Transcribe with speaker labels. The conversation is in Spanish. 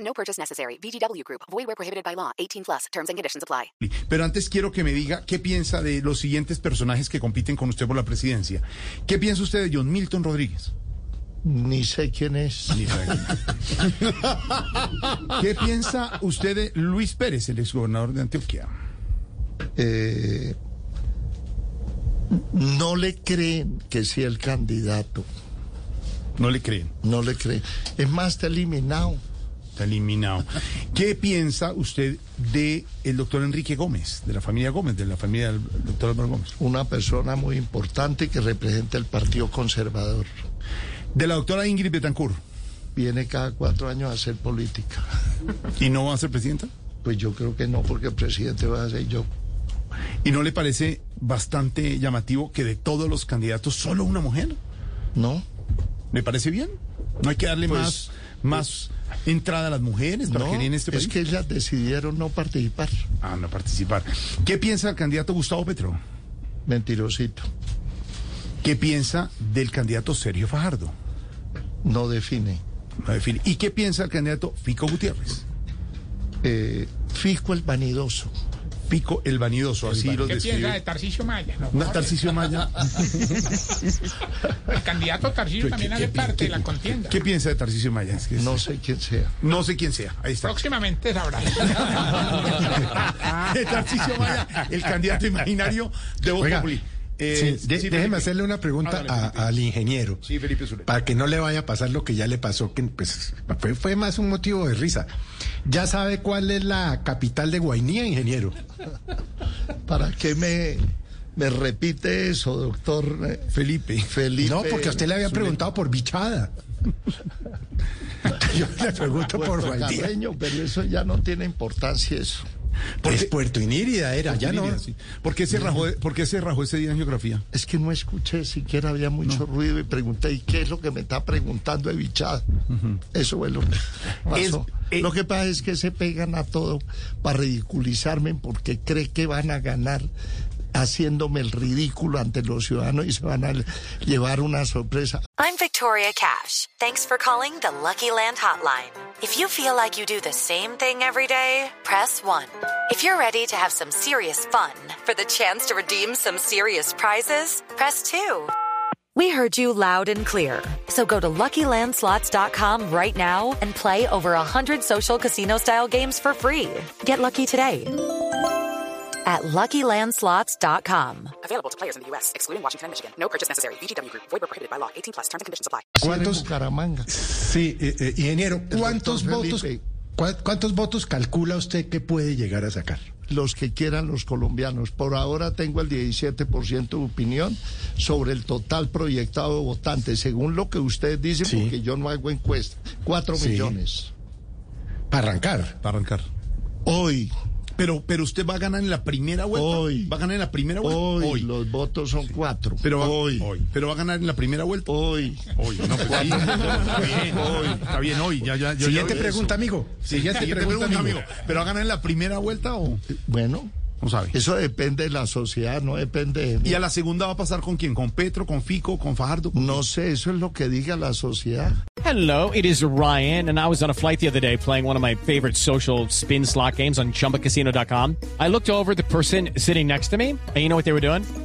Speaker 1: No purchase necessary. VGW Group. Void where prohibited by law. 18 plus. Terms and conditions apply.
Speaker 2: Pero antes quiero que me diga qué piensa de los siguientes personajes que compiten con usted por la presidencia. ¿Qué piensa usted de John Milton Rodríguez?
Speaker 3: Ni sé quién es.
Speaker 2: Ni sabe quién es. ¿Qué piensa usted de Luis Pérez, el exgobernador de Antioquia?
Speaker 3: Eh, no le creen que sea el candidato.
Speaker 2: No le creen.
Speaker 3: No le creen. Es más, está eliminado.
Speaker 2: Está eliminado. ¿Qué piensa usted de el doctor Enrique Gómez, de la familia Gómez, de la familia del doctor Álvaro Gómez?
Speaker 3: Una persona muy importante que representa el Partido Conservador.
Speaker 2: De la doctora Ingrid Betancourt.
Speaker 3: Viene cada cuatro años a hacer política.
Speaker 2: ¿Y no va a ser presidenta?
Speaker 3: Pues yo creo que no, porque el presidente va a ser yo.
Speaker 2: ¿Y no le parece bastante llamativo que de todos los candidatos solo una mujer?
Speaker 3: ¿No?
Speaker 2: ¿Le parece bien? ¿No hay que darle
Speaker 3: Pues,
Speaker 2: más, más entrada a las mujeres para
Speaker 3: No,
Speaker 2: que pues, en este país?
Speaker 3: es que ellas decidieron no participar.
Speaker 2: Ah, no participar. ¿Qué piensa el candidato Gustavo Petro?
Speaker 3: Mentirosito.
Speaker 2: ¿Qué piensa del candidato Sergio Fajardo?
Speaker 3: No define.
Speaker 2: No define. ¿Y qué piensa el candidato Fico Gutiérrez?
Speaker 3: Eh, Fico el vanidoso.
Speaker 2: Fico el vanidoso, así lo
Speaker 4: Pues ¿Qué piensa de
Speaker 2: describe.
Speaker 4: Tarcisio Maya? No,
Speaker 2: No, Tarcisio Maya.
Speaker 4: el candidato Tarcisio también hace parte de la contienda.
Speaker 2: ¿Qué piensa de Tarcisio Maya? Es que es-
Speaker 3: No sé quién sea.
Speaker 2: no sé quién sea. Ahí está.
Speaker 4: Próximamente sabrás.
Speaker 2: De Tarcisio Maya, el candidato imaginario de Voz
Speaker 5: Oiga,
Speaker 2: Populi. Eh,
Speaker 5: Sí, de-
Speaker 2: sí,
Speaker 5: déjeme
Speaker 2: Felipe.
Speaker 5: hacerle una pregunta
Speaker 2: Hágale,
Speaker 5: a-
Speaker 2: Felipe.
Speaker 5: al ingeniero.
Speaker 2: Sí, Felipe Zuleta.
Speaker 5: Para que no le vaya a pasar lo que ya le pasó, que pues, fue, fue más un motivo de risa. ¿Ya sabe cuál es la capital de Guainía, ingeniero?
Speaker 3: ¿Para qué me, me repite eso, doctor? eh,
Speaker 2: Felipe.
Speaker 3: Felipe.
Speaker 5: no, porque a usted le había preguntado por Bichada. Yo le pregunto por
Speaker 3: Puerto
Speaker 5: Guainía.
Speaker 3: Carreño, pero eso ya no tiene importancia eso.
Speaker 5: Es Puerto Inírida, era, ya no.
Speaker 2: Mira, sí. ¿Por qué se rajó, por qué se rajó ese día en geografía?
Speaker 3: Es que no escuché siquiera, había mucho ruido y pregunté, ¿y qué es lo que me está preguntando de bichada? Eso es lo que pasó.
Speaker 2: Es- eh,
Speaker 3: lo que pasa es que se pegan a todo para ridiculizarme porque cree que van a ganar haciéndome el ridículo ante los ciudadanos y se van a llevar una sorpresa.
Speaker 6: I'm Victoria Cash. Thanks for calling the Lucky Land Hotline. If you feel like you do the same thing every day, press 1. If you're ready to have some serious fun for the chance to redeem some serious prizes, press 2. We heard you loud and clear. So go to LuckyLandSlots.com right now and play over 100 social casino style games for free. Get lucky today at LuckyLandSlots.com.
Speaker 1: Available to players in the U.S., excluding Washington and Michigan. No purchase necessary. VGW Group. Void where prohibited by law. 18 plus. Terms and conditions apply.
Speaker 3: en
Speaker 5: ¿Cuántos,
Speaker 3: Bucaramanga.
Speaker 5: sí, eh, eh, ingeniero,
Speaker 3: doctor
Speaker 5: ¿cuántos votos,
Speaker 3: Felipe.
Speaker 5: cua- cuántos votos calcula usted que puede llegar a sacar?
Speaker 3: los que quieran los colombianos. Por ahora tengo el 17% de opinión sobre el total proyectado de votantes, según lo que ustedes dicen,
Speaker 5: Sí.
Speaker 3: porque yo no hago encuesta. Cuatro
Speaker 5: Sí.
Speaker 3: millones.
Speaker 5: Para arrancar.
Speaker 2: Para arrancar.
Speaker 3: Hoy,
Speaker 2: Pero, pero usted va a ganar en la primera vuelta.
Speaker 3: Hoy.
Speaker 2: Va a ganar en la primera vuelta.
Speaker 3: hoy, los votos son cuatro.
Speaker 2: Pero va,
Speaker 3: hoy, hoy,
Speaker 2: Pero va a ganar en la primera vuelta.
Speaker 3: hoy.
Speaker 2: Hoy. No, pues sí. está bien. Hoy. Está bien, hoy. Ya, ya, yo-
Speaker 5: Siguiente
Speaker 2: ya-
Speaker 5: pregunta, amigo. Siguiente,
Speaker 2: Siguiente
Speaker 5: pregunta, amigo.
Speaker 2: ¿Pero va a ganar en la primera vuelta o
Speaker 3: Bueno,
Speaker 2: no sabe?
Speaker 3: eso depende de la sociedad, no depende de mí.
Speaker 2: ¿Y a la segunda va a pasar con quién? ¿Con Petro, con Fico, con Fajardo?
Speaker 3: No sé, eso es lo que diga la sociedad.
Speaker 7: Hello, it is Ryan, and I was on a flight the other day playing one of my favorite social spin slot games on chumbacasino.com. I looked over at the person sitting next to me, and you know what they were doing?